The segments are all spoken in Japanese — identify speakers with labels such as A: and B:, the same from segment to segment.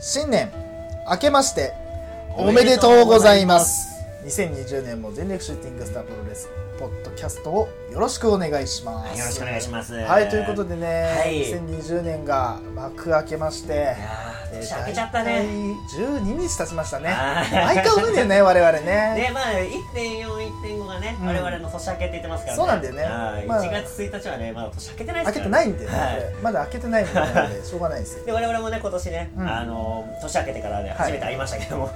A: 新年明けましておめでとうございます2020年も全力シューティングスタープロレスポッドキャストをよろしくお願いします、
B: はいよろしくお願いします
A: はいということでね、
B: はい
A: 2020年が幕開けまして
B: いやー
A: えー
B: 年明けちゃった
A: 大
B: ね
A: 体12日経ちましたね
B: はい
A: 毎回多いん だよね我々ね
B: でまあ1.41.5がね、
A: うん
B: 我々の年明けって言ってますからね
A: そうなんだよね
B: はい
A: まあ
B: 1月1日はねまだ年明けてないで
A: 開け
B: すから
A: てないんで、ね
B: はい
A: これまだ開けてないみたいなのでしょうがないですよ
B: で我々もね今年ね、
A: うん
B: あの年明けてからね初めて会いましたけども、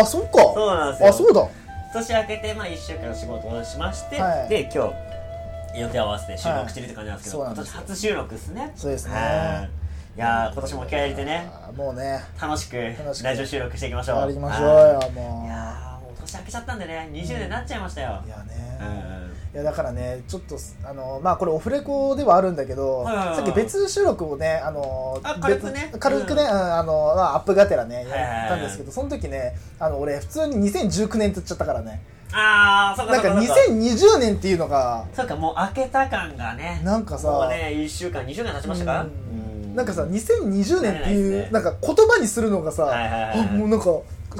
A: あそっか
B: そうなんですよ
A: あそうだ
B: 年明けてまあ1週間仕事をしまして、
A: はい
B: で今日予定合わせて収録してるって感じなんですけど、
A: はい
B: 今年初収録ですね
A: そうですね
B: はいいやー今年も気合い入れてね
A: あーもうね
B: 楽しく
A: 楽しく
B: ラジオ収録していきましょう
A: やりましょう
B: は
A: よも
B: いうやーもう年明けちゃったんでね20年になっちゃいましたよ
A: い、や
B: うん
A: ね、いやだからねちょっとあのまあこれオフレコではあるんだけど、
B: はいはいはい
A: さっき別収録をねあの
B: あ軽くね
A: 別軽くね、うんあのまあアップがてらね
B: はいはいはい
A: やったんですけどその時ねあの俺普通に2019年って言っちゃったからね
B: ああそうか
A: な
B: そ
A: ん
B: う
A: か
B: かそうか
A: 2020年っていうのが
B: そうかもう明けた感がね
A: なんかさ
B: もうね1週間2週間経ちましたか
A: うんなんかさ2020年って
B: 慣れない
A: い
B: で
A: う、
B: すね
A: なんか言葉にするのがさ、
B: はいはいはいはい
A: あもうなんか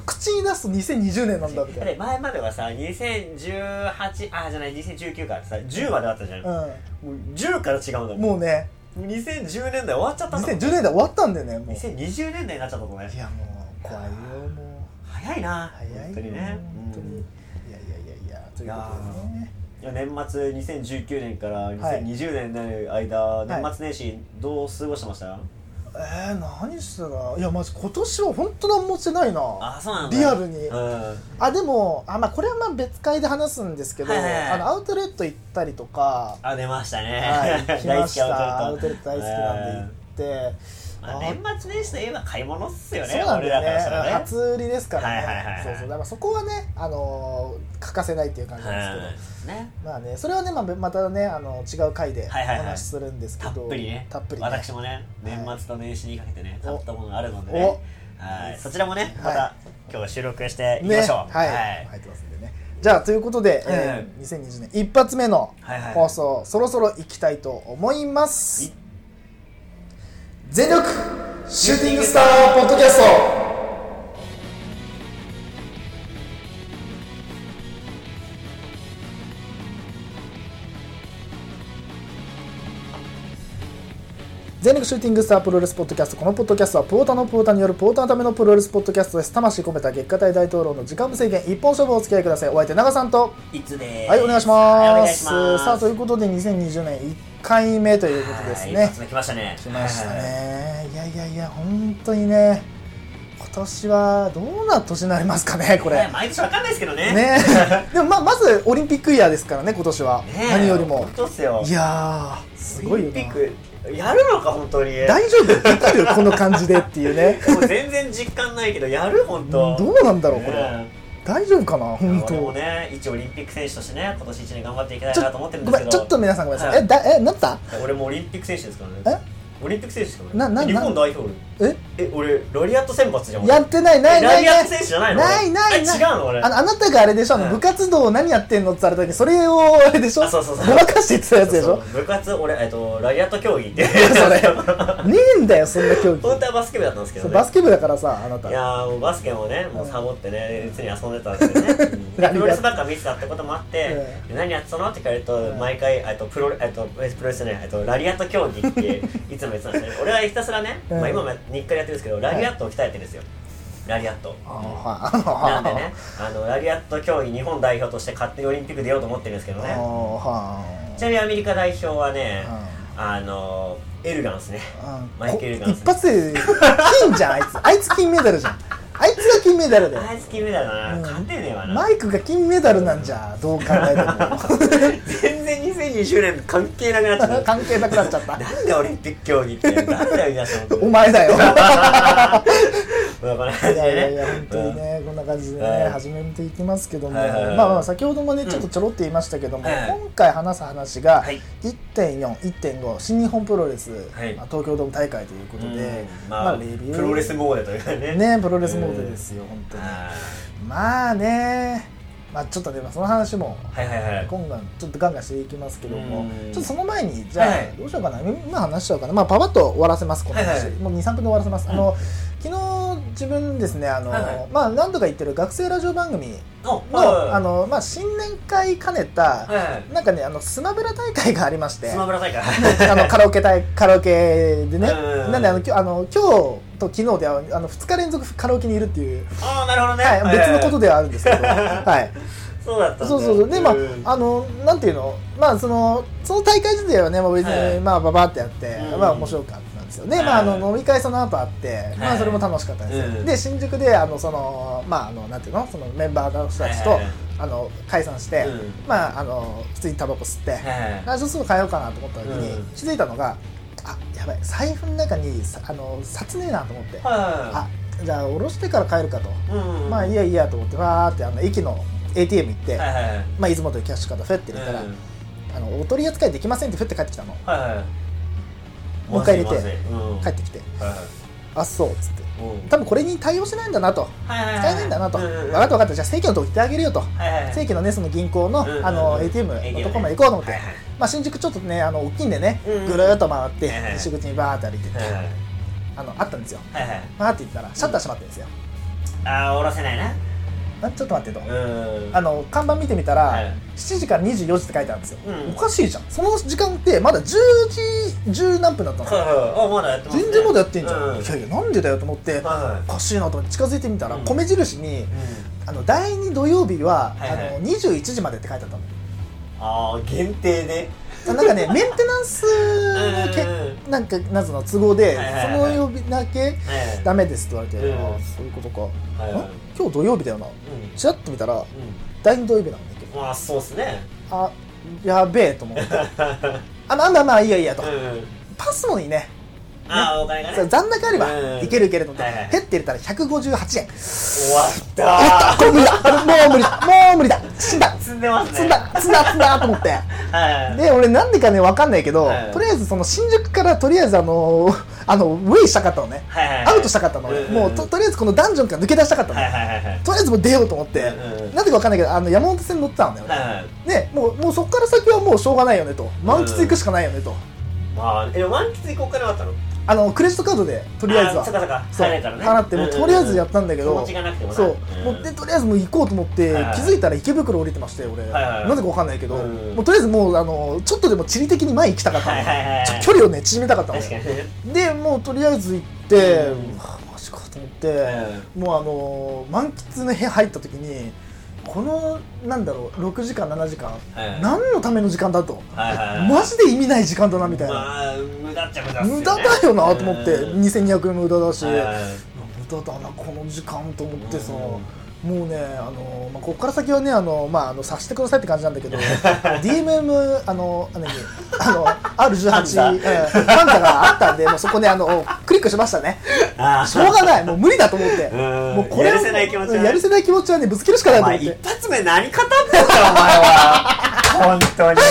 A: 口に出すと2020年なんだみた
B: だ
A: い
B: っ
A: な
B: て前まではさ2018あじゃない2019からさ10まであったじゃん、もう10から違うんだ
A: う
B: も
A: ん、
B: ん
A: もうね
B: 2010年代終わっちゃったんだも
A: 2010
B: ん
A: 年代終わったんだよねもうい
B: 2020年代になっちゃったとね
A: やもう怖いよもう
B: 早いな
A: 早いよ
B: 本当にね
A: 本当に、
B: うん
A: いやいやいやいやという
B: や
A: ことでね
B: いや年末2019年から
A: はい
B: 2020年になる間、
A: い
B: 年末年始どう過ごしてました、
A: えー、何してたいやまじ今年は本当何もしてないな
B: あそうなんだ
A: リアルに、
B: うんはい
A: あでもあ、まあ、これはまあ別会で話すんですけど、
B: はいはいはい
A: あのアウトレット行ったりとか
B: あ出ましたね、
A: はい、来ました。ア
B: 大
A: ウ
B: 好
A: ト
B: き
A: レット大好きなんで行って。
B: まあ、年末年始といえば買い物っすよね
A: そうなんだよ
B: 俺らからしたら
A: ね。
B: ね
A: 初売りですから
B: はいはいはいは
A: ね。
B: い
A: そうそう。だからそこはね、あのー欠かせないっていう感じなん
B: う
A: で
B: んそうですすね
A: けど。まあね、それはね、まあまたね、あの違う回でお
B: はいはいはい
A: 話しするんですけ
B: た
A: ど。
B: っぷりね
A: たっぷりね。
B: 私もね年末と年始にかけてね買ったものがあるので
A: お
B: ねはいそちらもねま
A: は
B: た今日収録していき
A: ね、
B: ましょう、
A: はい、入ってますんでね。じゃあということで、えー2020年一発目の
B: はいはい
A: 放送そろそろ行きたいと思います。全力シューティングスターポッドキャスト全力シューティングスタープロレスポッドキャストこのポッドキャストはポーターのポーターによるポーターのためのプロレスポッドキャストです魂込めた月下大大統領の時間無制限一本勝負をお付き合いくださいお相手長さんと
B: いつでーす
A: はいお願いします,、
B: はいお願いします
A: さあということで2020年1回目ということです
B: はい
A: ね
B: 一発目来ましたね
A: 来ました
B: はい
A: ね。いやいやいや、本当にね、今年はどんな年になりますかね、こ
B: はい
A: れ。
B: 毎年わかんないですけどね
A: ねでもまあ、まずオリンピックイヤーですからね、今年は。
B: ねえ
A: 何よりも
B: 本。当っすよ
A: いやー、すごいよ
B: オリンピ
A: な。
B: ックやるのか本当に
A: 大丈夫できるこの感じでっていうね。
B: もう全然実感ないけどやる本当
A: どうなんだろう、これ。
B: ね
A: 大丈夫かな、
B: え
A: 本
B: 俺も
A: 当。
B: ね一オリンピック選手としてね今年一年頑張っていきたい
A: ちょ
B: なと思ってるん
A: ご
B: です
A: め
B: け
A: ん、
B: ど
A: ちょっと皆さんごめんなさい。
B: は
A: え、だ、え、なった
B: 俺もうオリンピック選手ですからねオリンピック選手ですからね
A: ななな
B: 日本代表
A: え
B: え俺ロリアット選抜じゃん俺
A: やってない、ない、ない、
B: ラリア
A: な
B: ッ
A: い
B: ト。選手じゃないの
A: ない
B: 俺
A: ないない
B: え違うの俺
A: あのあなたがあれでしょ、あの
B: うん
A: 部活動何やってんのって言われた時それをあれでしょ
B: あそうそうそう
A: ごまかして言ってたやつでしょ
B: そうそう部活俺えっとラリアット競技って
A: それねえんだよそんな競技
B: 本当はバスケ部だったんですけ
A: そ
B: ど
A: う
B: ね
A: バスケ部だからさあなた
B: いやーもうバスケもねもうサボってね常に遊んでたんですよね プロレスばっか見てたってこともあって
A: え
B: で何やってたのって聞かれると
A: え
B: 毎回えっとプロレえっとプロレスじゃないえっとラリアット競技っ ていういつも言ってたんですよね俺はひたすらね
A: ええ
B: まあ今も日課でやってるんですけどラリアットを鍛えてるんですよラリアット
A: あはい
B: なんでねあのラリアット競技日本代表として勝手にオリンピック出ようと思ってるんですけど
A: あ
B: ね
A: は
B: ちなみにアメリカ代表はね
A: う
B: あのエルガンですね
A: あ
B: マイケル
A: こ
B: ガン
A: 一発で金じゃんあ いつあいつ金メダルじゃんあいつが金メダルだよ
B: あいつ金メダルだな
A: うん
B: 勝てねえわな
A: マイクが金メダルなんじゃどう考え ても
B: 全然2020年関係なくなっちゃった
A: 関係なくなっちゃった
B: なんでオリンピック競技ってなんだよ言い出したの
A: お前 だよ
B: まあこんない感じ
A: や
B: で
A: いやいや
B: ね
A: 本当にねこんな感じで
B: は
A: ね
B: い
A: 始めていきますけども
B: はいはいはい
A: まあまあ先ほどもねちょっとちょろっと言いましたけども
B: はいはい
A: 今回話す話が
B: はい
A: 1.41.5新日本プロレス
B: はい
A: まあ東京ドーム大会ということで
B: うん
A: ま
B: ま
A: あ
B: あ
A: レビュー
B: プロレスモーデというかね
A: ねプロレスモードですよ本当に
B: あ
A: まあねまあちょっとねまあその話も
B: ーはいはいはい
A: 今回ちょっとガンガンしていきますけども
B: うん
A: ちょっとその前にじゃ
B: は
A: あ
B: い
A: どうしようかな今話しちゃおうかなまあパパッと終わらせますこの
B: はい
A: 話
B: はい
A: もう23分で終わらせますあの昨日自分ですねあの、
B: はいはい
A: まあ何度か言ってる学生ラジオ番組
B: お
A: の,、あのまあ、新年会兼ねた、
B: はいはい
A: なんかねあのスマブラ大会がありまして
B: スマブラ 大会
A: あのカラオケ 大カラオケでね
B: うん
A: なんであのきょあの今日と昨日ではあの2日連続カラオケにいるっていう、
B: ああなるほどね、
A: はい、別のこと
B: で
A: ではあるんですけ ど、はい、
B: そうだったんだ
A: そうそうそうでま
B: ん
A: ああのなんていうのまあそのその大会自体はね、まあ、別に、
B: はい
A: まあババってやって、
B: うん
A: まあ面白かったんですよね、まああ
B: はい
A: の飲み会その後あって、ま
B: は
A: あ
B: い
A: それも楽しかったですよ、
B: うん
A: で新宿であのそのまああのなんていうのそのメンバーの人たちと、
B: はいはいはい
A: あの解散して、
B: うん
A: まああの普通にタバコ吸って、
B: はいはい
A: あちょっとすぐ変えようかなと思った時に、
B: うん
A: 気づいたのがあやばい財布の中にさあの札ねえなと思って、
B: は
A: あじゃあ下ろしてから帰るかと、
B: いうん
A: まあいいやいいやと思ってわーってあの駅の ATM 行って、
B: はいはいはい
A: まあ、いつもとキャッシュカードフェって入れたら、
B: うん
A: あのお取り扱いできませんってフェって帰ってきたの
B: はいはい
A: もう一回入れて
B: まずいまずいうん
A: 帰ってきて
B: はいはい
A: あそうっつって
B: うん
A: 多分これに対応してないんだなと
B: はいはいはい
A: 使えないんだなと、
B: うう
A: 分かった分かったじゃあ正規のとこ行ってあげるよと
B: はいはいはい
A: 正規のねその銀行の,、
B: うんうん
A: あの
B: うん
A: ATM の
B: ATM
A: とこまで行こうと思って、
B: はいはい
A: まあ、新宿ちょっとねあの大きいんでね、
B: うんうん
A: ぐるーっと回って、
B: はいはい
A: 西口にバーって歩いてって、
B: はいはい
A: あのあったんですよ
B: はいはい
A: バーって行ったらシャッター閉まってるんですよ、
B: ああ下ろせないな
A: あちょっと待ってと、
B: うん
A: あの看板見てみたら、
B: はい
A: 7時から24時って書いてあるんですよ、
B: うん
A: おかしいじゃんその時間ってまだ10時10何分だったんです
B: はい
A: よ
B: はいあまだやってますね
A: 全然まだやってんじゃん、
B: うはい
A: いやいやなんでだよと思って
B: は
A: おかしいなと思って近づいてみたら、
B: うん
A: 米印に
B: いうん
A: あの第2土曜日は、
B: はいはい
A: あの21時までって書いてあったの
B: ああ限定で
A: なん かねメンテナンスのけ、なんかなんつうの都合で、
B: はいはいはい
A: その曜日だけ
B: はい
A: ダメですって言われて、
B: うん
A: ああそういうことか、
B: はい
A: あ今日土曜日だよな
B: うん
A: ちらっと見たら
B: う
A: 第2土曜日なんだけど
B: んまあそうっすね
A: あやべえ と思って
B: う
A: あまあまあまあいいやいいやと、
B: ん
A: パスモにね
B: ああお金がね
A: そう残高あれ
B: うん
A: ばいけるいけると思って、
B: はいはい
A: 減って入れたら158円
B: 終わっ
A: あ
B: た
A: これ無理だ もう無理だもう無理だ死んだ
B: 積んでますね
A: 積んだ積んだ積んだと思って
B: はい
A: で俺なんでかね分かんないけど、
B: はい
A: とりあえずその新宿からとりあえずあの あのウェイしたかったのね、
B: はいはい
A: アウトしたかったの、ね
B: うんうん
A: もうととりあえずこのダンジョンから抜け出したかったの、
B: はいはいはいはい
A: とりあえずもう出ようと思って、
B: うんうん
A: なんでか分かんないけどあの山手線に乗ってたのね、俺
B: はいはい
A: でもうもうそこから先はもうしょうがないよねと満喫行くしかないよねと、
B: まあえ満喫行こうかなかったの
A: あのクレジットカードでとりあえず
B: そっか
A: は
B: そっか
A: そう
B: 払えたらね
A: 払ってもうとりあえずやったんだけど、
B: うんうんうん気持ちがなくてもな
A: そう、
B: ん
A: もうでとりあえずもう行こうと思って、
B: はいはい
A: 気づいたら池袋降りてまして俺、
B: はいはい
A: なぜかわかんないけど、
B: うん
A: もうとりあえずもうあのちょっとでも地理的に前行きたかったの、
B: はいはいはいはい
A: ちょ距離をね縮めたかったの
B: 確かにね
A: でもうとりあえず行って、
B: うん
A: うわマジかと思って、もうあの満喫の部屋入った時にこのなんだろう6時間7時間、
B: はい
A: 何のための時間だと、
B: はいはいはい
A: マジで意味ない時間だなみたいな、
B: まあ無駄っちゃ無駄っすよね
A: 無駄だよなと思って、
B: うん
A: 2200円無駄だし、
B: はいはいはい
A: 無駄だなこの時間と思ってさ、
B: うん
A: もうねあの、まあ、ここから先はねあの、まあ、あの察してくださいって感じなんだけ ど DMM あのあのあの R18
B: パ
A: う
B: ン
A: んパンダがあったんでもうそこねあのクリックしましたね
B: あー
A: しょうがないもう無理だと思って
B: うん
A: もうこれは
B: やるせない気持ちはね
A: やるせない気持ちはねぶつけるしかない
B: お
A: と思
B: 前
A: って、
B: 一発目何語ってんだお前 は本当によ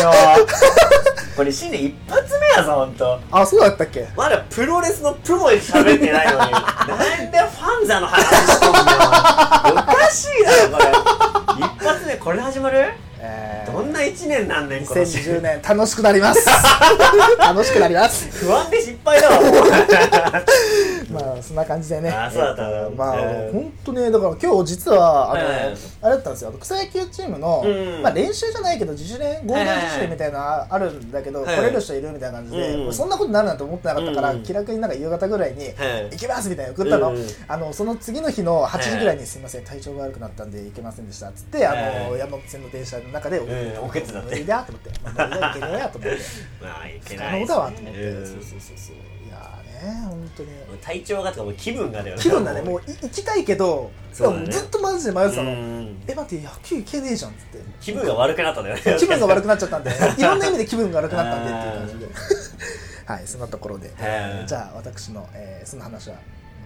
B: これ新年一発目やぞ本当
A: あそうだったっけ
B: まだプロレスのプロで喋ってないのになんでファンザの話しとんのおかしいだろこれ一発目これ始まる
A: え
B: どんな一年なんねん今年
A: 2010年楽しくなり ます楽しくなります
B: 不安で失敗 だわもう
A: まあそんな感じでね。
B: あそうだったんだ
A: まあ
B: うん
A: 本当ねだから今日実はあの、
B: うん
A: あれだったんですよ。あの草野球チームの、
B: うん
A: まあ練習じゃないけど自主練合同自主練みたいなあるんだけど、
B: はい
A: 来れる人いるみたいな感じで、
B: うん
A: 俺そんなことになるなんて思ってなかったから、
B: うん
A: 気楽になんか夕方ぐらいに。行きますみたいなの送ったの,、
B: うん
A: あのその次の日の8時ぐらいに「
B: は
A: すいません体調が悪くなったんで行けませんでした」っつってあの、
B: はい
A: 山手線の電車の中で送ってた
B: うん送ってたって
A: 無理だと思って「無理だいけねえや」と 思って
B: まあい
A: 「
B: け
A: 不
B: な
A: 可
B: い
A: 能
B: っ
A: だわ」
B: す
A: と思
B: ね
A: って、そうそうそうそういやーね本当に
B: うん体調がとかもう気分がだよね
A: 気分だねもうい行きたいけど、で
B: そうだ
A: も
B: ね
A: ずっとマジで迷ってたの、
B: うん
A: え待って野球行けねえじゃんっつっ
B: 気分が悪くなったんだよ ね
A: て気分が悪くなっちゃったん でいろんな意味で気分が悪くなったんでっていう感じで はいそんなところで、
B: はい
A: じゃあ私の、えーその話は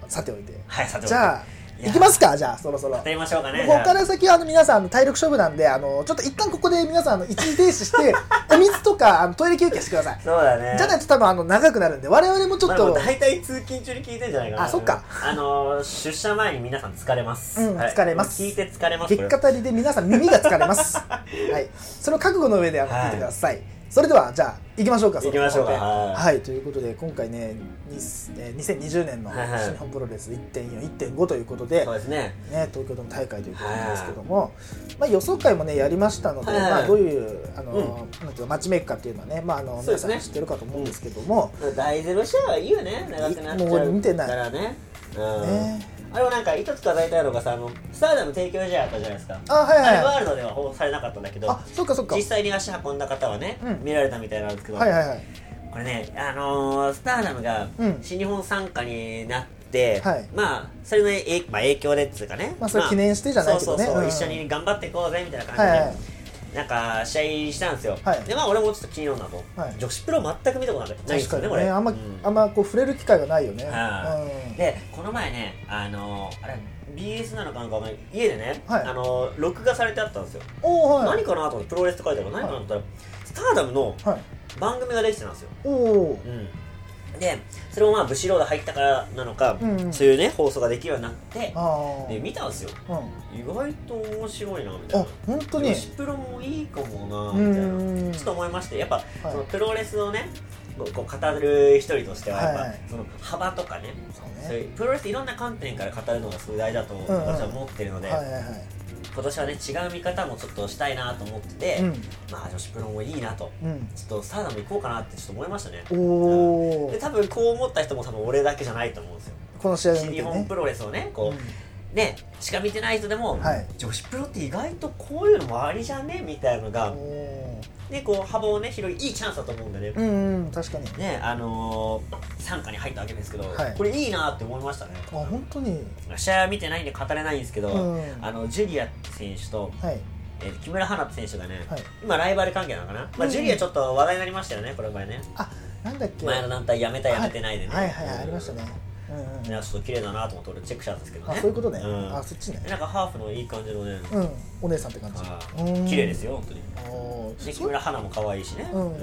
A: さておいて
B: はいさておき
A: じゃあ
B: いや
A: 行きますかじゃあそろそろ
B: 語りましょうかね
A: ここから先はあの皆さんあの体力勝負なんであのちょっと一旦ここで皆さんあの一時停止してお水とかあのトイレ休憩してください
B: そうだね
A: じゃないと多分あの長くなるんで我々もちょっ
B: まあ、も
A: と
B: う大体通勤中に聞いてんじゃないかな
A: あそっか
B: うんあのー出社前に皆さん疲れます、
A: うん
B: はい
A: 疲れます
B: 聞いて疲れます
A: 結果たりで皆さん耳が疲れますはいその覚悟の上であの聞いてください、それではじゃあ行きましょうか
B: 行きましょうか
A: その工程
B: はい
A: はいということで今回ねにえー2020年の
B: はいはい
A: 新日本プロレス1.41.5ということで、
B: そうですね。
A: ね、東京ドーム大会ということなんですけども、まあ、予想会もねやりましたので、
B: はいはい
A: まあ、どういうあの、なんていうのマッチメイクかっていうのはね、まあ、あの
B: そうで
A: 皆
B: す
A: さ
B: ね
A: ん知ってるかと思うんですけども、
B: 大ゼロ試合はいいよね。長くなっちゃう
A: もう見てない
B: からね。うん。
A: ね
B: あれもなんか一つ叩いたのがさ、あの、スターダム提供試合あったじゃないですか。
A: あはい
B: あれ
A: はい
B: ワ
A: はい
B: ールドでは報道されなかったんだけど、
A: あそっかそっかは
B: 実
A: い
B: 際に足運んだ方はね、
A: うん
B: 見られたみたいなんですけど、
A: はいはい
B: これね、あのースターダムが
A: うん
B: 新日本参加になって、
A: はい
B: まあ、それのえ、まあ、影響でっつうかね、
A: まあそれ記念してじゃないけどね
B: そうそうそう、
A: うん
B: 一緒に頑張っていこうぜみたいな感じで、
A: はいはい
B: なんか試合したんですよ、
A: はい
B: でまあ俺もちょっと気になるなと、
A: はい
B: 女子プロ全く見たことないないんですよ
A: 確か
B: ね
A: に
B: これ
A: ねあんま、
B: うん
A: あんまこう触れる機会がないよね、
B: はい
A: うん
B: でこの前ねあのーあれ BS なのかなんかわかんない家でね、
A: はい
B: あのー録画されてあったんですよ、
A: おおはい
B: 何かなと思ってプロレスって書いてあるから何かなと思ったら、スターダムの
A: はい
B: 番組ができてたんですよ
A: おお
B: うん、でそれもまあ武士ロード入ったからなのか、
A: うんうん
B: そういうね放送ができるようになって
A: ああ
B: で見たんですよ
A: うん、
B: 意外と面白いなみたい
A: あ
B: な
A: 本当に
B: 女子プロもいいかも
A: う
B: なみたいな
A: ーん
B: ちょっと思いましてやっぱ、
A: はい
B: そのプロレスのねこうこう語る一人としてはやっぱ、
A: はい
B: その幅とかね
A: そう
B: そう
A: ね
B: いうプロレスいろんな観点から語るのがすごい大事だと
A: うんうん
B: 私は思ってるので、
A: はいはいはい
B: 今年はね違う見方もちょっとしたいなと思ってて、
A: う
B: まあ女子プロもいいなと
A: ん
B: ちょっとサーダム行こうかなってちょっと思いましたね
A: うんおお
B: で多分こう思った人も多分俺だけじゃないと思うんですよ
A: この試合を見て
B: 新日本
A: ね
B: プロレスをね
A: う
B: こうねしか見てない人でも、
A: んはい
B: 女子プロって意外とこういうのもありじゃねみたいなのが
A: おー
B: でこう幅をね広いいいチャンスだと思うんでね、
A: うんうん確かにあ
B: ねあのー、参加に入ったわけですけど、
A: はい
B: これいいなって思いましたね
A: 本当に
B: 試合は見てないんで語れないんですけど、
A: うん
B: あのジュリア選手と、
A: はい
B: えー木村花選手がね、
A: はい
B: 今ライバル関係なのかな、
A: う
B: まあ、
A: ん
B: ジュリアちょっと話題になりましたよねこれ前ね
A: あなんだっけ
B: 前の団体やめたやめてないでね、
A: はいはいはいありましたねうんうん
B: いやちょっと綺麗だなと思って俺チェックしたんですけど
A: あ
B: ね
A: そういうことね
B: ん
A: あそっちね
B: なんかハーフのいい感じのね、
A: うんお姉さんって感じ
B: はい綺麗です
A: よ
B: よ本当に
A: お
B: で
A: ー
B: 木
A: そう
B: 村花も可愛いしね、
A: うん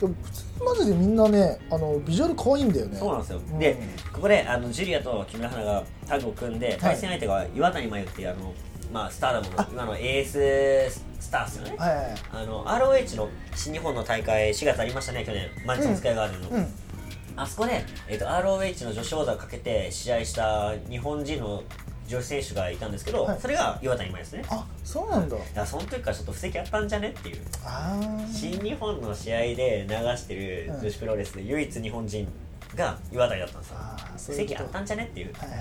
A: でも普通にマジでみんなねあのビジュアル可愛いんだよね
B: そうなんですよ、
A: うん
B: でここであのジュリアと木村花がタッグを組んで対戦相手が岩谷真由っていうあの、まあ、スターダムの今のエーススターですよね、
A: はいはいはい
B: あの ROH の新日本の大会4月ありましたね去年マンチョンスカイガーデンの、
A: うん
B: あそこで、えー、と ROH の女子王座をかけて試合した日本人の女子選手がいたんですけど、
A: はい
B: それが岩谷真由ですね
A: あそうなんだ
B: だからその時からちょっと布石あったんじゃねっていう
A: あー
B: 新日本の試合で流してる女子プロレスで唯一日本人が岩谷だったんですよ
A: あーそうい
B: 布
A: うこ
B: 石あ
A: と
B: ったんじゃねっていう
A: はいはい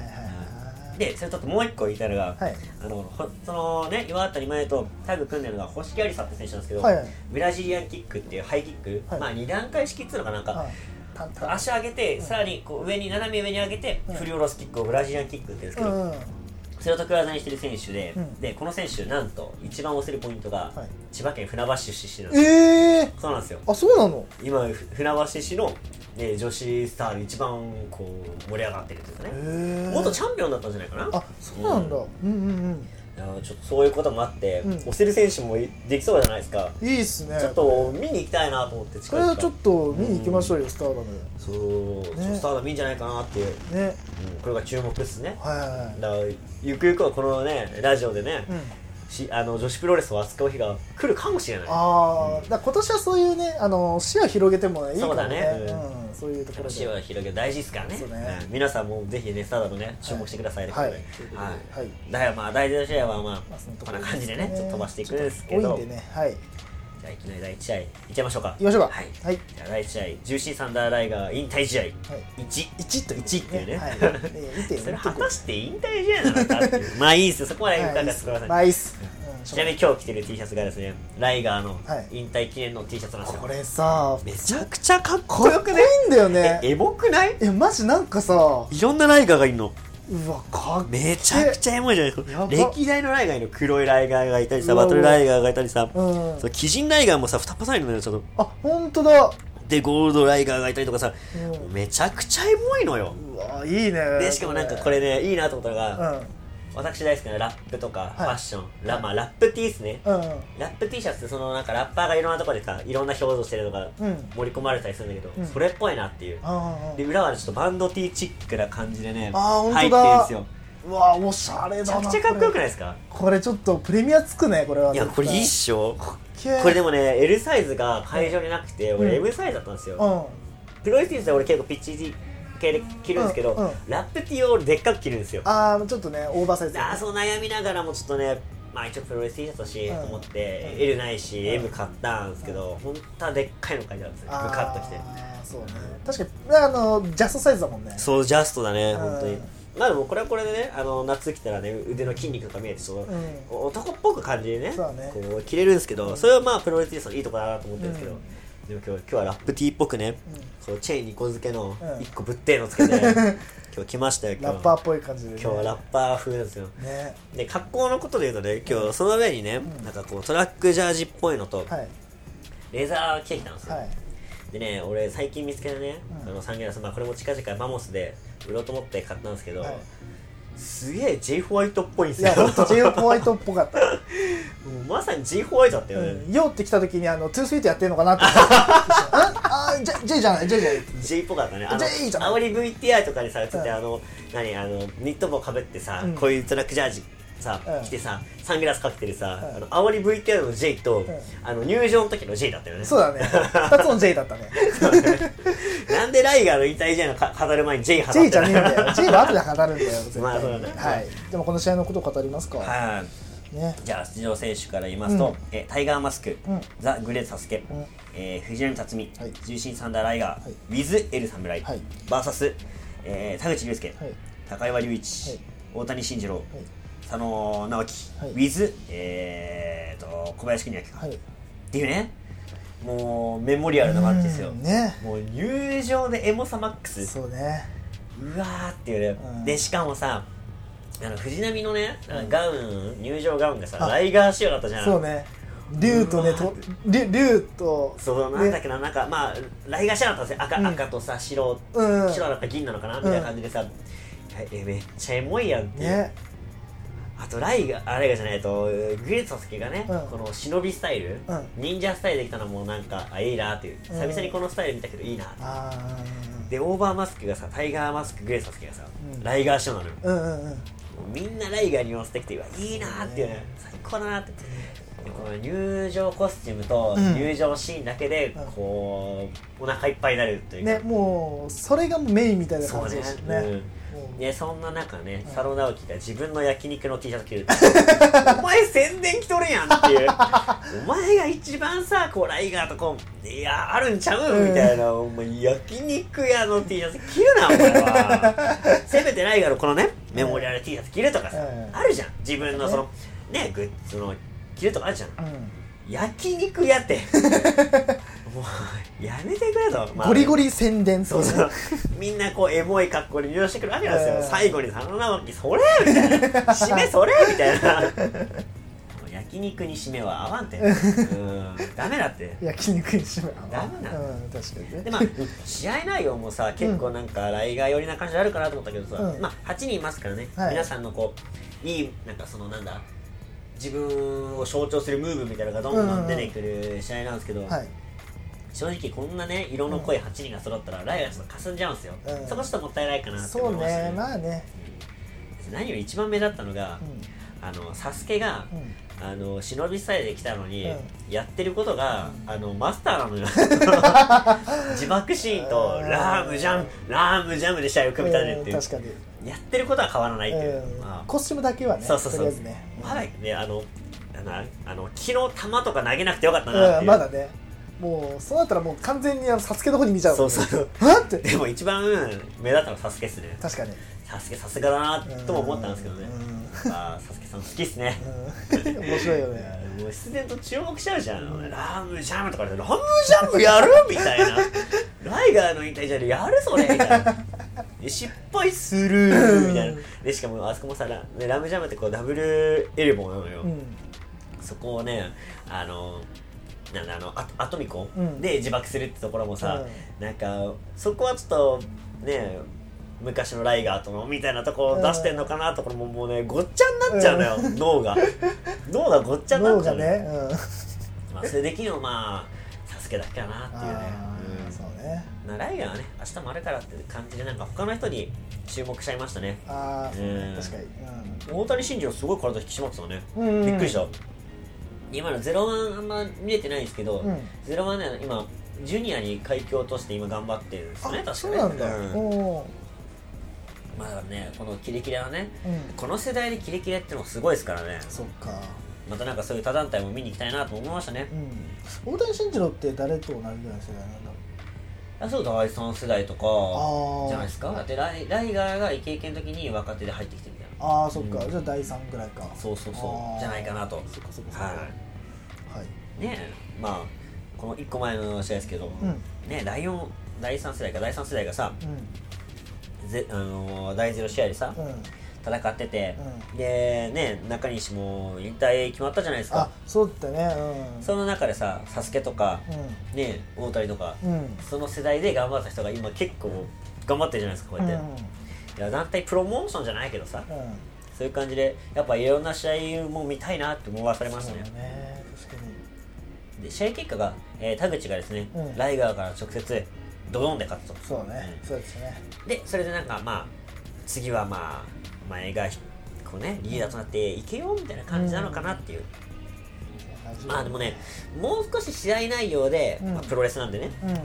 A: はい
B: でそれちょっともう一個言いたいのが、
A: はい
B: あのほそのね岩谷真由とタッグ組んでるのが星木有沙って選手なんですけど、
A: はいはい
B: ブラジリアンキックっていうハイキック、
A: はい
B: まあ2段階式っつうのかなんか、
A: はいタンタン
B: 足上げて、さらにこう上に斜め上に上げて、
A: うん
B: 振り下ろすキックをブラジリアンキックって言うんですけ
A: う
B: ど、
A: んうん
B: それを得意技にしてる選手で、
A: うん
B: でこの選手なんと一番押せるポイントが、
A: はい
B: 千葉県船橋出身なんですよ
A: ええ
B: そうなんですよ
A: あそうなの
B: 今ふ船橋市の、ね、女子スターで一番こう盛り上がってるというかね、
A: ええ
B: 元チャンピオンだったんじゃないかな
A: あそうなんだうんうん
B: あのちょっとそういうこともあって、
A: うん
B: 押せる選手もいできそうじゃないですか、
A: うんいいっすね
B: ちょっと見に行きたいなと思って
A: こ
B: 近
A: れ
B: 々
A: はちょっと見に行きましょうよスターダム
B: そう、ちょっとスターダムいいんじゃないかなっていう、
A: ね
B: うんこれが注目ですね
A: はいはいはい
B: だからゆくゆくはこのねラジオでね、
A: うん
B: しあの女子プロレスを扱う日が来るかもしれない
A: ああ、だから今年はそういうね、あの視野広げてもいいかもね。
B: そうだね
A: うんそういうところ
B: 視
A: で。
B: 野
A: はい。
B: は広げる大事ですからね
A: そうね
B: うん皆さんもぜひねスターダムね注目してくださいね、
A: はい
B: これね
A: ということで
B: は
A: はい
B: い、だからまあ第0試合はま
A: まあその
B: あ
A: と
B: こ
A: こ
B: ん
A: ろ
B: な
A: ですね
B: 感じでねちょっと飛ばしていくんですけど
A: 多いんでね、はい。行
B: じゃあいきなり第1試合いっちゃいましょうか
A: きましょうか。
B: はい
A: はい。
B: じゃあ第1試合ジューシーサンダーライガー引退試合1
A: 1と
B: 1っていうね
A: はい。ね見て
B: それ
A: よ。
B: 果たして引退試合なのかっていうまあいいですよそこまで伺ってください
A: ナイス。うん
B: ちなみに今日着てる T シャツがですねライガーの
A: はい
B: 引退記念の T シャツなんですよ
A: これさ、
B: めちゃくちゃかっ
A: か
B: こ
A: っ
B: よ
A: こ
B: く
A: いい
B: ね
A: んだよね。
B: エモくない
A: いや、マジなんかさ、
B: いろんなライガーがいるの
A: うわ、かっ
B: めちゃくちゃエモいじゃないです
A: や
B: か
A: ば
B: 歴代のライガーの黒いライガーがいたりさ
A: うわ
B: バトルライガーがいたりさ
A: うん
B: そ。の鬼人ライガーもさ二パサイのねちょっと
A: あ、ほんとだ。
B: でゴールドライガーがいたりとかさ
A: うん
B: めちゃくちゃエモいのよ
A: うわ、いいね。
B: でしかもなんかこれねいいなと思ったの
A: う
B: が
A: ん。
B: 私大好きなラップとかファッションラまあラップ T ですね
A: うん。
B: ラップ T シャツってそのなんかラッパーがいろんなところでさいろんな表情してるのが
A: うん
B: 盛り込まれたりするんだけ
A: う
B: ど
A: ん
B: それっぽいなっていう
A: あ
B: で
A: ー
B: 裏はちょっとバンド T チックな感じでね
A: あー本当
B: 入って
A: だ
B: るんですよ
A: うわ、おしゃれ
B: めち
A: だ
B: ゃ
A: な。
B: くちゃかっこよくないですか
A: これちょっとプレミアつくねこれはい
B: やこれいいっ
A: し
B: しょ
A: け
B: これでもね L サイズが会場になくて俺
A: うん
B: M サイズだったんですよ、
A: うん
B: プロレスティーズは俺結構ピッチ系で着るんですけど、
A: うんうん
B: ラップティーを俺でっかく着るんですよ
A: ああちょっとねオーバーサイズだね
B: あーそう悩みながらもちょっとねまあ一応プロレス T シャツだし
A: うん
B: と思って L ないし M 買ったんですけど本当はでっかいの買いたんですよ
A: あー
B: ブカッときて
A: そうね確かにあのジャストサイズだもんね
B: そうジャストだね
A: うん
B: 本当にまあでもこれはこれでねあの夏来たらね腕の筋肉とか見えてその
A: うん
B: 男っぽく感じでね
A: そうだね
B: こう着れるんですけどそれはまあプロレス T シャツのいいとこだなと思ってるんですけど
A: うん
B: でも今日今日はラップ T っぽくねこうチェーン2個付け
A: う
B: の
A: ん
B: 1個ぶってえのつ けて今日来ましたよ
A: うん
B: 今
A: ラ
B: 日
A: ッパーっぽい感じでね
B: 今日はラッパー風なんですよ
A: ね
B: で格好のことで言うとね今日その上にね、
A: ん
B: なんかこうトラックジャージっぽいのと
A: はい
B: レザー着てきたんですよ、
A: はい
B: でね俺最近見つけたね、
A: うん
B: あのサングラス、まあ、これも近々マモスで売ろうと思って買ったんですけど、
A: はい
B: すげえ J ホワイトっぽいん
A: い
B: ですよ
A: やほんと J ホワイトっぽかった
B: もうまさに J ホワイトだったよね、
A: うんようって来た時にあのトゥースイートやってんのかな って思ったうんあー J J じゃない J じゃない
B: J っぽかったねあの
A: J じゃん
B: あまり VTR とかにさ映って、
A: うん
B: あの何あのニット帽かぶってさ、
A: うん
B: こういうトラックジャージさ、
A: うん
B: 着てさサングラスかけてるさ、
A: うん
B: あのあわり VTR の J と、
A: ん
B: あの入場の時の J だったよね
A: そうだね2つの J だ ったね
B: なんでライガーの引退試合のか語る前に J 語
A: J
B: って
A: じゃ
B: な
A: ねえ
B: い
A: んだよ J は後で語るんだよ絶対に、
B: まあそうだね
A: はい、でもこの試合のことを語りますか、
B: はい
A: ね
B: じゃあ出場選手から言いますと、
A: うん
B: えタイガー・マスク、
A: うん
B: ザ・グレート・サスケ、
A: うん
B: えー藤波辰巳、
A: はい
B: 重心サンダー・ライガー、
A: はい
B: ウィズ・エル・サムライ、
A: はい
B: VS、えー田口竜介、
A: はい
B: 高岩隆一、
A: はい
B: 大谷慎二郎、
A: はい
B: 佐野直樹、
A: はい
B: ウィズ、えー、と小林邦明か、
A: はい
B: っていうねもうメモリアルなマッチですよ、
A: うんね
B: もう入場でエモさマックス
A: そうね
B: うわーっていうね、
A: うん
B: でしかもさあの藤波のね、あのガウン入場ガウンがさ
A: あ
B: ライガー仕様だったじゃん
A: そうね竜とね
B: うわ
A: と竜竜と
B: そうなんだっけな、なんかまあライガー仕様だったんですよ赤,、
A: うん
B: 赤とさ白、
A: うん
B: 白だったら銀なのかなみたいな感じでさ、ええめっちゃエモいやんっていう、
A: ね
B: あとライガーあライガーじゃないえっとグレートサスケがね、
A: うん
B: この忍びスタイル、
A: うん
B: 忍者スタイルできたのもなんかあいいなっていう
A: うん
B: 久々にこのスタイル見たけどいいなって、
A: あ
B: でオーバーマスクがさタイガーマスクグレートサスケがさ、
A: うん
B: ライガー仕様なのよ
A: ーうんうんうん
B: もうみんなライガーに寄せてきてうわいいなーっていうね最高だなってでこの入場コスチュームと
A: うん
B: 入場シーンだけで
A: うん
B: こう、お腹いっぱいになるというか
A: ねもうそれがメインみたいな
B: そ
A: 感
B: う
A: じ
B: ね
A: でした
B: う
A: ね
B: ん
A: もう
B: でそんな中ね、佐野直樹が自分の焼肉の T シャツ着る お前宣伝着とるやんっていうお前が一番さこうライガーとこういやあるんちゃう
A: うん
B: みたいな、お前焼肉屋の T シャツ着るなお前はせめてライガーのこのねメモリアル T シャツ着るとかさ、
A: うん
B: あるじゃん自分のそのねグッズの着るとかあるじゃん
A: うん
B: 焼肉屋って もうやめてくれと、まあ
A: ゴリゴリ宣伝
B: そう
A: ね
B: そう。 みんなこう、エモい格好で入場してくるわけなんですよ。
A: うん
B: 最後に佐野直樹、それみたいな。締めそれみたいな。焼肉に締めは合わんて。うん。ダメだって。
A: 焼肉にしめ
B: ダメなの
A: うん確かにね
B: でまあ、試合内容もさ結構なんかライガー寄りな感じあるかなと思ったけどさ、
A: うん
B: まあ、8人いますからね、
A: はい
B: 皆さんのこういいなんかそのなんだ自分を象徴するムーブみたいなのがどんどん出てくる試合なんですけど、
A: はい
B: 正直こんなね色の濃い8人が揃ったらライガーちょっとかすんじゃうんですよ、
A: うん
B: そこちょっともったいないかなって
A: そ
B: 思いうました
A: ねまあね
B: 何より一番目立ったのが、
A: う
B: あのサスケが、
A: んうん
B: あの忍びさえで来たのに、
A: うん
B: やってることが、あのマスターな のよ自爆シーンと
A: うん
B: ラームジャムラームジャムで試合を組み立てるっていう
A: うん、確かに
B: やってることは変わらないっていう、
A: うん
B: まあ
A: コスチュームだけはね
B: そうそうそう
A: とりあえずね
B: まだねあのあのあの昨日球とか投げなくてよかったなっていう、
A: うんまだねもうそうなったらもう完全にあのサスケの方に見ちゃう
B: そうそう
A: あって
B: でも一番目立ったのはサスケっすね
A: 確かに
B: サスケさすがだな とも思ったんですけどね
A: うん
B: まあサスケさん好きっすね
A: うん 面白いよ
B: いや
A: ね
B: もう必然と注目しちゃうじゃん、ラームジャムとかでラームジャムやるみたいなライガーの引退じゃんやるそれみたい なで失敗するみたいなでしかもあそこもさラ,、ね、ラムジャムってこうダブルエルボーなのよ、
A: うん
B: そこをねあのなんだあのアアトミコ
A: うん
B: で自爆するってところもさ、なんかそこはちょっとね昔のライガーとのみたいなところ出してんのかなところももうねごっちゃになっちゃうのよ、脳 が脳がごっちゃにな
A: 脳
B: っち
A: が
B: ゃうのよ、
A: ねうん
B: まあ、それできるのまあサスケだけかなっていうね
A: あー
B: うん
A: そうね
B: まあ、ライガーはね明日もあるからって感じでなんか他の人に注目しちゃいましたね
A: ああそうね
B: うん
A: 確かに
B: 大谷慎二郎すごい体引き締まってたね、
A: うん
B: びっくりした今のゼロワンあんま見れてないんですけど、
A: うん
B: ゼロワンね今ジュニアに階級を落として今頑張ってるんですよね確か
A: あ
B: ね
A: そうなんだ、
B: うん
A: おー
B: まあだからねこのキレキレはね
A: うん
B: この世代でキレキレってのもすごいですからね
A: そっか
B: またなんかそういう他団体も見に行きたいなと思いましたね
A: うん大谷慎二郎って誰と同じぐらいの世代なんだろう
B: あそう第3世代とか
A: あー
B: じゃないですかだってライライガーがイケイケの時に若手で入ってきてみたいな
A: ああそっか、
B: うん
A: じゃあ第3ぐらいか
B: そうそう
A: あ
B: そ
A: ー
B: うじゃないかなと
A: そっかそっかそっか
B: は
A: はい
B: いねえまあこの1個前の試合ですけど、
A: うんうん
B: ねライオン第3世代か第3世代がさぜ、あのー第0試合でさ、
A: うんうん
B: 戦ってて、でね中西も引退決まったじゃないです
A: あ
B: か
A: そうだったねうん
B: その中でさ「サスケとか
A: う
B: ね大谷とか、
A: んうん
B: その世代で頑張った人が今結構頑張ってるじゃないですかこうやって、いや団体プロモーションじゃないけどさ
A: うんうん
B: そういう感じでやっぱいろんな試合も見たいなって思わされまし
A: そう
B: たね
A: だね確かに
B: で試合結果が、えー田口がですね、
A: うん
B: ライガーから直接ドドンで勝つと
A: そうねそうですね
B: でそれでなんかまあ次はまあ前がこうねリーダーとなっていけよみたいな感じなのかなっていう、まあでもねもう少し試合内容で、
A: うん
B: まあ、プロレスなんでね
A: うん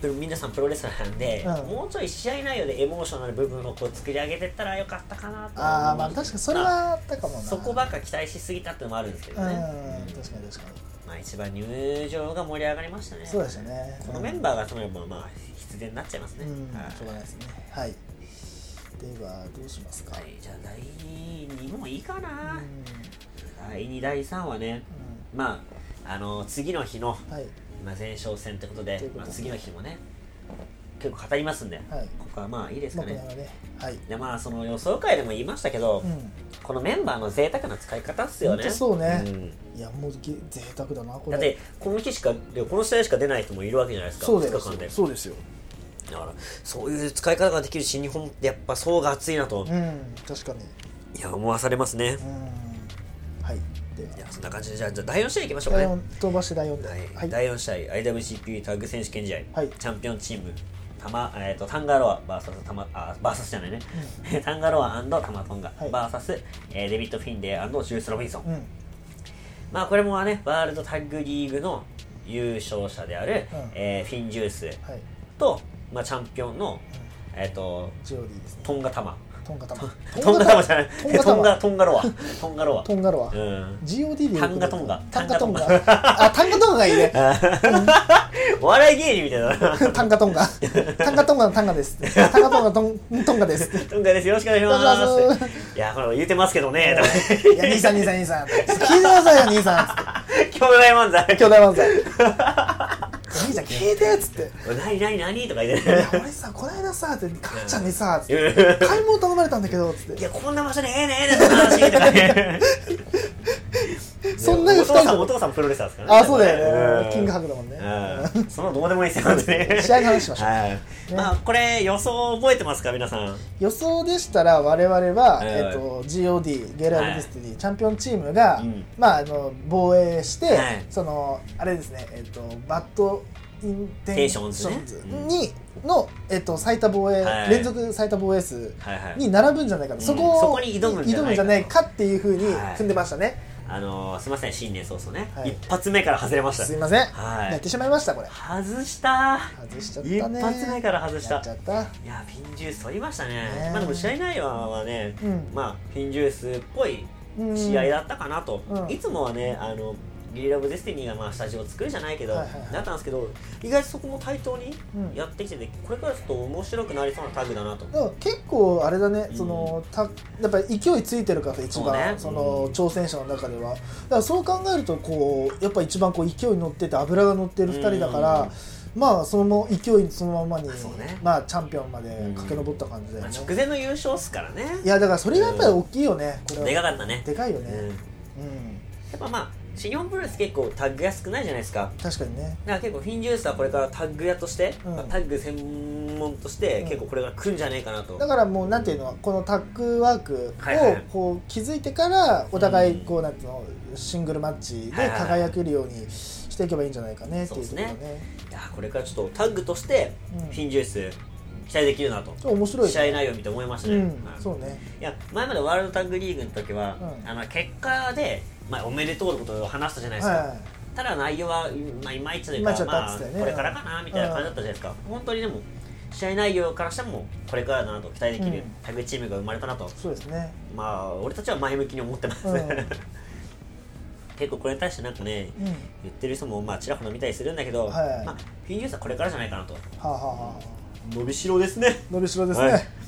B: プロ皆さんプロレスラーなんで、
A: うん
B: もうちょい試合内容でエモーショナル部分をこう作り上げてったらよかったかなと
A: ああまあ確かにそれはあったかもな
B: そこばっか期待しすぎたってのもあるんですけど
A: う
B: ね、
A: ん確かに確か
B: まあ一番入場が盛り上がりましたね
A: にそうでしたね
B: このメンバーが集まればまあ必然になっちゃいますね、
A: うん
B: はい
A: しょうがないですねはいではどうしますか
B: はいじゃあ第2もいいか
A: うん
B: な、第2第3はねまああの次の日の、
A: うんはい
B: まあ、前哨戦ってことで
A: ということ
B: ま
A: で
B: あ、次の日もね結構語りますんで、
A: はい
B: ここはまあいいです
A: ま
B: か
A: あこれは
B: ね
A: ねはい
B: でまあその予想会でも言いましたけど、
A: う
B: このメンバーの贅沢な使い方っすよ
A: ほん
B: ね
A: とそうね
B: ん
A: んいやもうげ贅沢だなこ
B: だっ
A: れ
B: てこの日しかでこの試合しか出ない人もいるわけじゃないですか
A: そうで
B: 2日間です
A: そうですよ
B: だからそういう使い方ができる新日本ってやっぱ層が厚いな
A: う
B: と、
A: ん確かに
B: いや思わされますね、
A: うんはいではい
B: やそんな感じでじゃあじゃあ第4試合いきましょうか
A: ラ
B: ね
A: イオン飛ばしてライオンで
B: はい
A: はい
B: 第4試合 IWCP タッグ選手権試合、
A: はい
B: チャンピオンチームタマ、えー、とタンガロア VS タマあ VS じゃないね、 タンガロアタマトンガ
A: はい
B: VS、えーデビッド・フィンレイジュース・ロビンソン、
A: うん
B: まあこれもねワールドタッグリーグの優勝者である、
A: うん
B: えーフィン・ジュース
A: はい
B: と、まあ、チャンピオンの、えー、と
A: ジオリーですね
B: トンガタマ
A: トンガタマ
B: トンガタマじゃない
A: トンガ
B: ト
A: タ
B: ンガ
A: マ
B: トンガロアトンガロア
A: トンガロア
B: うん
A: GOD で言うこと
B: タンガトンガ
A: タンガトンガ
B: タ
A: あタンガトンガがいいね
B: お笑い芸人みたいだな
A: タンガトンガタンガトンガのタンガですタンガトンガトントンガです
B: トンガですよろしくお願いし
A: お願いし
B: ま
A: ます
B: いやこれ言うてますけどねとか
A: いや兄さん兄さん兄さん聞いてくださいよ兄さんつって
B: 兄弟漫才
A: 兄弟漫才兄ちゃん聞いてっつって
B: 何何何とか言っ
A: いや
B: て
A: 俺さこないださって母ちゃんにさつって
B: ね
A: 買い物頼まれたんだけどつっ
B: い
A: て
B: やこんな場所でええねええねその話とかね
A: そんな二
B: お父さ
A: 人
B: んお
A: の
B: 父さんプロレスラーですから
A: あそうだよねキングハ
B: グ
A: グだもんね
B: そのどうでもいいですよね
A: 試合の話しましょう
B: はいまあこれ予想覚えてますか皆さん
A: 予想でしたら我々は、
B: い
A: えっと GOD ゲーラー・ディスティニー、チャンピオンチームが、
B: うん
A: まあ、あの防衛して、
B: はい
A: そのあれですね、えっとバッドインテンション
B: テンシ
A: ズ
B: ョンズね
A: に、の、えっと最多防衛、
B: はい
A: 連続最多防衛数
B: はいはい
A: に並ぶんじゃないかと、
B: うん
A: そこを
B: そこに挑むんじゃないかと
A: 挑いかっていうふうに
B: はい
A: 踏んでましたね、
B: あのーすいません新年早々ね
A: はい
B: 一発目から外れまし
A: す
B: た
A: いません、
B: はい
A: やってしまいましたこれ
B: 外した
A: 外しちゃったね
B: 一発目から外し
A: や
B: た
A: っちゃった
B: いやフィンジュース取りましたね
A: ねえ
B: まあでも試合内容はね、
A: うん
B: まあフィンジュースっぽい
A: うん
B: 試合だったかなと、
A: うん
B: いつもはねあのゲリラ・オブ・デスティニーがまあスタジオを作るじゃないけど、
A: はいはいはい
B: だったんですけど意外とそこも対等に
A: うん
B: やってきてて、これからちょっと面白くなりそうなタッグだなと
A: でも結構あれだね、
B: うん
A: そのたやっぱり勢いついてるから一
B: そう
A: 番
B: ね
A: そ,、の挑戦者の中ではだからそう考えるとこうやっぱ一番こう勢いに乗ってて脂が乗ってる2人だから、まあその勢いそのままに、
B: そうね
A: まあチャンピオンまで駆け上った感じだ
B: ま
A: よ
B: あ
A: ね、
B: 直前の優勝っすからね
A: いやだからそれがやっぱり大きいよね、こ
B: で
A: れ
B: か
A: は
B: かったね
A: でかいよ
B: うん、や
A: ねうん、
B: っぱまあ新日本プロレス結構タッグが少ないじゃないですか
A: 確かにね
B: だから結構フィンジュースはこれからタッグ屋として、
A: うん
B: まあタッグ専門として結構これから来るんじゃねえかなと、
A: だからもうなんていうのこのタッグワーク
B: はいは
A: を
B: い
A: こう気づいてからお互いこうなんていうのシングルマッチで輝けるようにしていけばいいんじゃないかねっていうところ
B: そうです
A: ね。
B: いやこれからちょっとタッグとして
A: うん
B: フィンジュース期待できるなと、
A: ちょっと面白いね
B: 試合内容見て思いました
A: う
B: ね、
A: ん
B: は、い
A: そうね。
B: いや前までワールドタッグリーグの時は、
A: うん
B: あの結果でまあ、おめでとうのことを話したじゃないですか、
A: は
B: ただ内容は、まあ、いまいちという
A: いまい
B: か
A: ちだった
B: ま
A: っつって
B: あ、
A: たよね
B: これからかなみたいな感じだったじゃないですか、本当にでも試合内容からしてもこれからだなと期待でき
A: う
B: る
A: ん
B: タイグチームが生まれたなと、
A: そうですね
B: まあ俺たちは前向きに思ってます、
A: うん
B: 結構これに対してなんかね、
A: うんは
B: 言ってる人もまあちらほら見たりするんだけど、
A: はい
B: まあ、フィンニュースはこれからじゃないかなと
A: あ、はあはあ、
B: 伸びしろですね
A: 伸びしろですね、
B: はい